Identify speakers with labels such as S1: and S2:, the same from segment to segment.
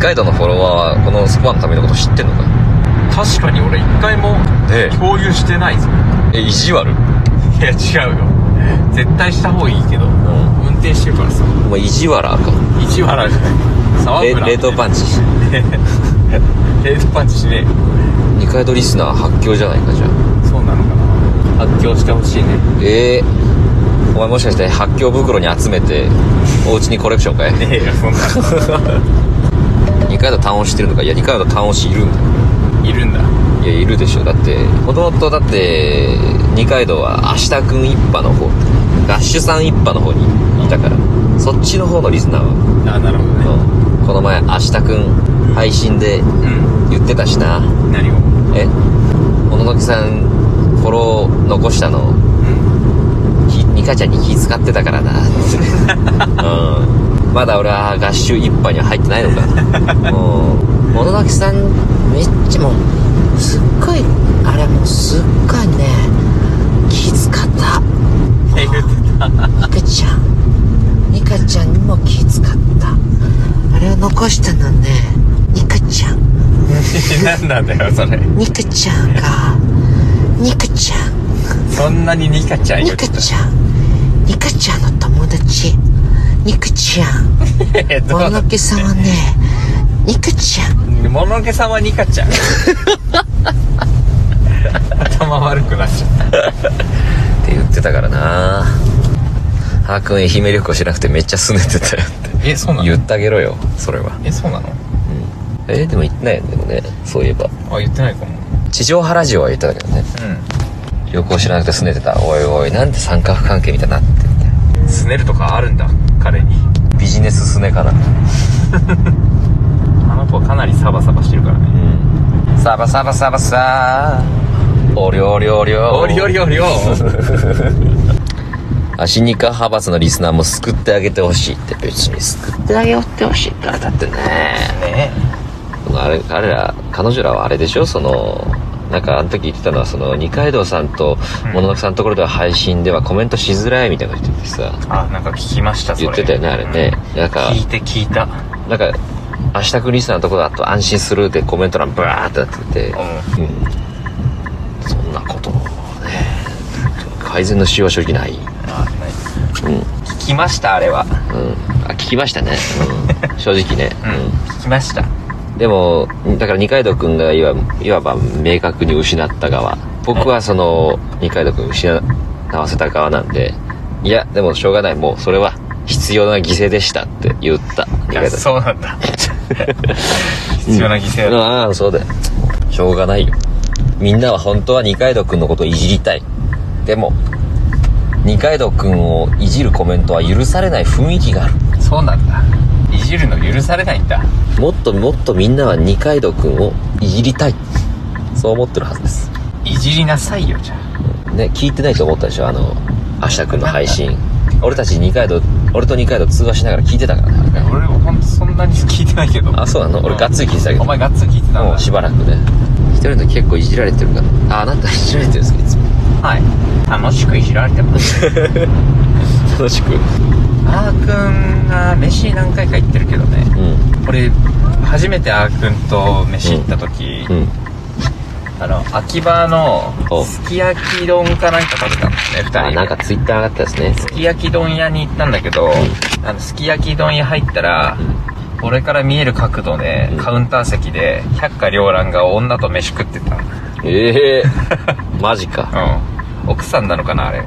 S1: 回だのフォロワーはこのスコアのためのこと知ってんのかよ
S2: 確かに俺一回も
S1: ねえ
S2: 共有してないぞ
S1: え意地悪
S2: いや違うよ絶対した方がいいけど、運転してるからさ
S1: お前意地悪か
S2: 意地悪じゃない沢
S1: レ
S2: 村
S1: 冷凍パ
S2: ン
S1: ンチ
S2: チ冷凍パンチしねえよ
S1: 二階堂リスナー発狂じゃないかじゃあ
S2: そうなのかな発狂してほしいね
S1: ええお前もしかして発狂袋に集めてお家にコレクションかい
S2: ねえよそんな
S1: 二階堂単押ししてるのかいや二階堂単押しいるんだよ
S2: のいるんだ
S1: いやいるでしょだってもともとだって二階堂は明日君一派の方ラッシュさん一派の方にいたからそっちの方のリスナーは、
S2: あなるほどね
S1: うんこの前明日君配信で
S2: う
S1: 言ってたしなん
S2: 何を
S1: え小野木さんフォロー残したの
S2: うん
S1: ひニカちゃんに気使ってたからなうんまだ俺は合衆一派には入ってないのかうん小野崎さんめっちゃもうすっごいあれもうすっごいね気使った
S2: え言ってた
S1: ニカちゃんニカちゃんにも気使ったあれを残したのねニカちゃん
S2: 何なんだよそれ
S1: ニカちゃんがニカちゃん
S2: そんなにニカちゃん
S1: ニ
S2: より
S1: カちゃんニカちゃんの友達ニカちゃん
S2: えっと
S1: もののけさんはねニカちゃん
S2: もののけさんはニカ ちゃん頭悪くなっちゃった
S1: って言ってたからなあーくん愛媛旅行しなくてめっちゃ拗ねてたよって
S2: えそうなの
S1: 言ってあげろよそれは
S2: えそうなの
S1: えーでも言ってないよねでもねそういえば
S2: あ言ってないかも
S1: 地上波ラジオは言ってたけどね
S2: う
S1: 旅行しなくて拗ねてたおいおいなんで三角関係みたいになってんだよ
S2: んすねるとかあるんだ彼に
S1: ビジネス拗ねかな
S2: あの子はかなりサバサバしてるからね
S1: うんサバサバサバサーおりょおりょおりょ
S2: おりおりおりお
S1: 足にか派閥のリスナーも救ってあげてほしいって別に救ってあげてほしいってあれだってね
S2: ね
S1: あれあれら彼女らはあれでしょそのなんかあの時言ってたのはその二階堂さんと
S2: うん
S1: 物のさんのところでは配信ではコメントしづらいみたいなこと言ってさ
S2: あなんか聞きましたそれ
S1: 言ってたよねあれね
S2: うん
S1: なんか
S2: 聞いて聞いたうん
S1: なんか「明日くんリスナーのところだと安心する」でコメント欄ブワーってなっててうんそんなことね改善のしようは正直ない
S2: あない
S1: うん
S2: 聞きましたあれは
S1: うんあ聞きましたね、うん、正直ね
S2: うん
S1: うん
S2: 聞きました
S1: でもだから二階堂君がいわいわば明確に失った側僕はその二階堂君を失わせた側なんでいやでもしょうがないもうそれは必要な犠牲でしたって言った二
S2: あ
S1: 階堂
S2: そうな んだ必要な犠牲だ、
S1: ああそうだよしょうがないよみんなは本当は二階堂君のことをいじりたいでも二階堂君をいじるコメントは許されない雰囲気がある
S2: そうなんだいじるの許されないんだ
S1: もっともっとみんなは二階堂君をいじりたいそう思ってるはずです
S2: いじりなさいよじゃあ
S1: ね聞いてないと思ったでしょあの明日君の配信俺たち二階堂俺と二階堂通話しながら聞いてたからね
S2: いや俺も本当そんなに聞いてないけど
S1: あそうなの俺がっつり聞いてたけど
S2: お前がっつり聞いてたん
S1: も
S2: だ
S1: うしばらくね一人の時結構いじられてるからああなたいじられてるんですかいつも
S2: はい楽しくいじられてます
S1: 楽しく
S2: あーくんが飯何回か行ってるけどね
S1: うん
S2: 俺初めてあーくんと飯行った時、
S1: うん
S2: あの秋葉
S1: お
S2: のすき焼き丼かなんか食べたんですね2人
S1: あなんかツイッター上がったですね
S2: すき焼き丼屋に行ったんだけど、あのすき焼き丼屋入ったら、俺から見える角度で、
S1: うん
S2: カウンター席で百花繚乱が女と飯食ってた
S1: ええー、マジか
S2: うん奥さんなのかなあれ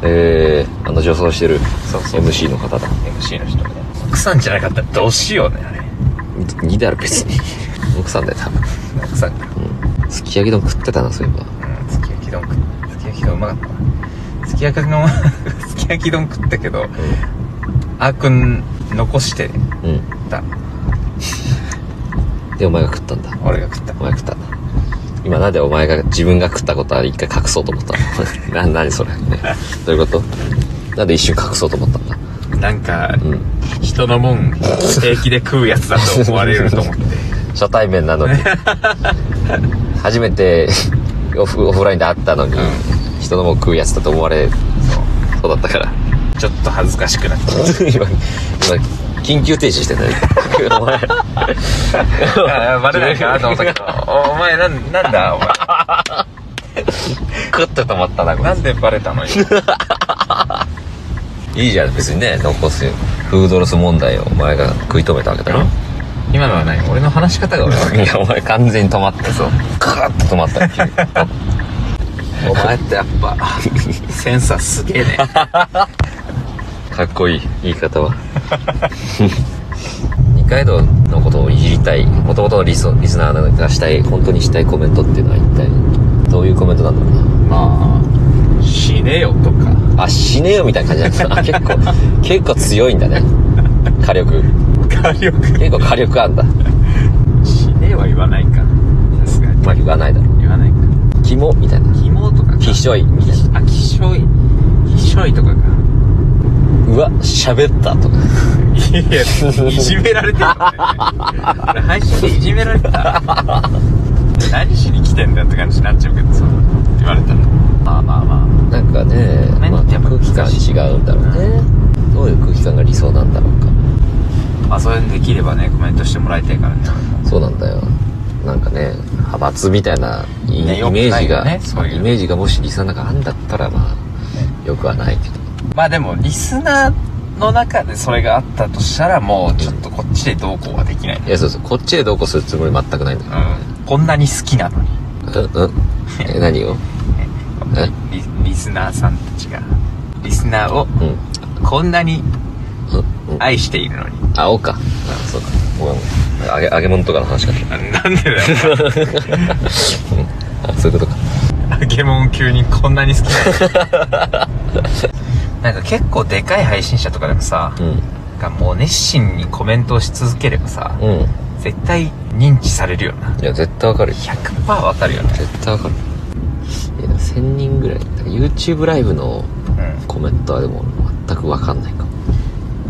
S1: ええー、あの女装してる
S2: そうそう
S1: MC の方だ
S2: MC の人ね奥さんじゃなかったらどうしようねあれ
S1: いいだろ別に奥さんだよ多分
S2: 奥さんか
S1: うんすき焼き丼食ってたなそういえば
S2: うんすき焼き丼食すき焼き丼うまかったなすき焼きのすき焼き丼食ったけどあーくん残して
S1: うん、うん
S2: た
S1: でお前が食ったんだ
S2: 俺が食った
S1: お前が食ったんだ今なんでお前が自分が食ったことは一回隠そうと思ったの な何それ、ね、どういうことなんで一瞬隠そうと思ったんだ
S2: なんか、
S1: うん
S2: 人のもん平気で食うやつだと思われると思って
S1: 初対面なのに 初めてオフオフラインで会ったのに、
S2: う
S1: 人のもん食うやつだと思われ
S2: そう
S1: そうだったから
S2: ちょっと恥ずかしくなって
S1: 今今緊急停止して たよお前
S2: あバレないかなと思った けどおお前なんなんだお前
S1: クッと止まったなこれ
S2: なんでバレたのよ
S1: いいじゃん別にね残すフードロス問題をお前が食い止めたわけだろ
S2: 今のは何俺の話し方が悪 い
S1: いやお前完全に止まったぞカーッと止まった急に
S2: お前ってやっぱセンサーすげえね
S1: かっこいい言い方は 二階堂のことをいじりたいもともとのリスリスナーがしたい本当にしたいコメントっていうのは一体どういうコメントなんだろうな
S2: まあ死ねよとか
S1: あ死ねよみたいな感じなんだ 結構結構強いんだね火力
S2: 火力
S1: 結構火力あんだ
S2: 死ねは言わないかさすがに
S1: まあ言わないだろ
S2: 言わないか
S1: キモみたいな
S2: キモとかか
S1: きしょいみたいな
S2: あきしょいきしょいとかか
S1: うわ喋ったとか
S2: いやいじめられてるよねこれ配信でいじめられた何しに来てんだって感じになっちゃうけどその言われたらまあまあま
S1: なんかね、
S2: 何
S1: まあ、
S2: やっぱ
S1: 空気感違うんだろうねどういう空気感が理想なんだろうか
S2: あまあそれできればねコメントしてもらいたいからね
S1: そうなんだよなんかね派閥みたいなイ,、
S2: ね
S1: イメージが、
S2: 良くないよねそういう
S1: イメージがもし理想の中あんだったらまあよくはないけど
S2: まあでもリスナーの中でそれがあったとしたらもうちょっとこっちでどうこうはできない、
S1: いやそうそうこっちでどうこうするつもり全くないんだよ
S2: うん、こんなに好きなのに
S1: うんうんえ何をえ
S2: リリスナーさんたちがリスナーを
S1: うん
S2: こんなに
S1: うんうん
S2: 愛しているのに
S1: あおうかあそうかごめんごめん揚げ揚げ物とかの話かと
S2: ななんでだよ
S1: あそういうことか
S2: 揚げ物急にこんなに好きなのなんか結構でかい配信者とかでもさ、
S1: うん
S2: なんかもう熱心にコメントをし続ければさ、
S1: うん
S2: 絶対認知されるよない
S1: や絶対わかるよ
S2: 100%わかるよね
S1: 絶対わかるいや1000人ぐらいなんか YouTube ライブの
S2: うん
S1: コメントはでも全くわかんないかも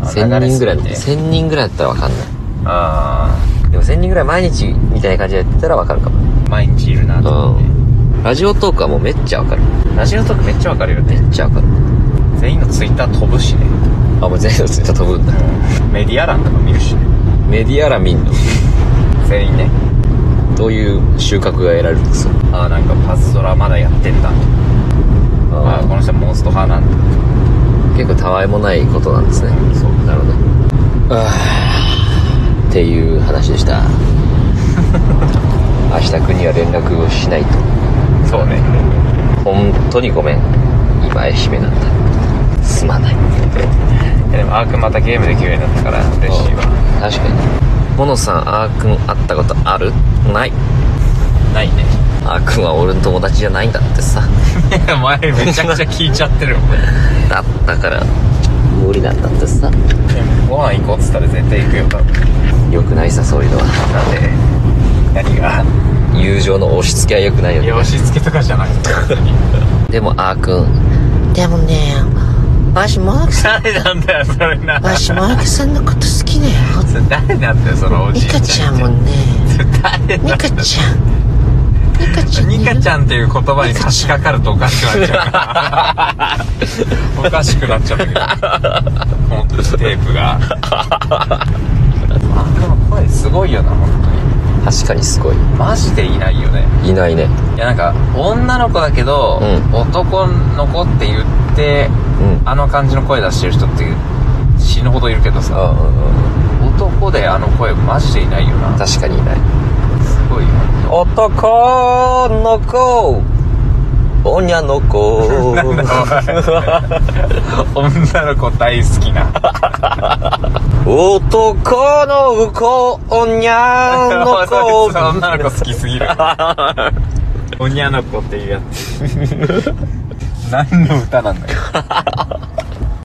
S2: あ
S1: 1000人ぐらい
S2: 流れすぎて
S1: 1000人ぐらいだったらわかんない
S2: あ
S1: でも1000人ぐらい毎日みたいな感じでやってたらわかるかも
S2: あ毎日いるなと思って、
S1: ラジオトークはもうめっちゃわかる
S2: ラジオトークめっちゃわかるよ
S1: め
S2: ね
S1: っちゃわかる
S2: 全員のツイッター飛ぶしね、
S1: あもう全部ツイッター飛ぶんだ
S2: メディア欄とか見るしね
S1: メディア欄見んの
S2: 全員ね
S1: どういう収穫が得られるんですか
S2: ああなんかパズドラまだやってんだとああこの人モンスト派なんだ
S1: 結構たわいもないことなんですね
S2: そう
S1: なるほどあーっていう話でした 明日君には連絡をしないと
S2: そうね
S1: 本当にごめん今愛媛なんだすまない
S2: いやでもあーくんまたゲームできるようになったから嬉しいわ
S1: 確かにモノさんあーくん会ったことあるない
S2: ない ね
S1: あーくんは俺の友達じゃないんだってさ
S2: いや前めちゃくちゃ聞いちゃってるもん
S1: だったから無理なんだってさ
S2: ご飯行こうっつったら絶対行くよ多分
S1: よくないさそういうのは
S2: なんで何が
S1: 友情の押し付けはよくないよね
S2: 押し付けとかじゃなくて別に
S1: でもあーくんでもねわしマーク
S2: 誰なんだよそれな
S3: わしマークさんのこと好きだよ
S2: それ誰なんだよそのおじ
S3: ニ
S2: いちゃ
S3: カ
S2: ん
S3: ちゃんもね
S2: それ誰なんだ
S3: ニ
S2: よ
S3: カちゃんニカちゃんね
S2: ニカちゃんっていう言葉に差し掛かるとおかしくなっちゃうからおかしくなっちゃったけど本当にテープがあでも声すごいよな本当に
S1: 確かにすごい
S2: マジでいないよね
S1: いないね
S2: いやなんか女の子だけど、
S1: うん
S2: 男の子って言って
S1: うん
S2: あの感じの声出してる人って死ぬほどいるけど
S1: う
S2: さ
S1: んうんうん
S2: 男であの声マジでいないよな
S1: 確かにいない
S2: すごいよ
S1: 男の子女の子
S2: 女の子大好きな
S1: 男の子 女 の子
S2: 女の子好きすぎるおにゃの子っていうやつ何の歌なんだよ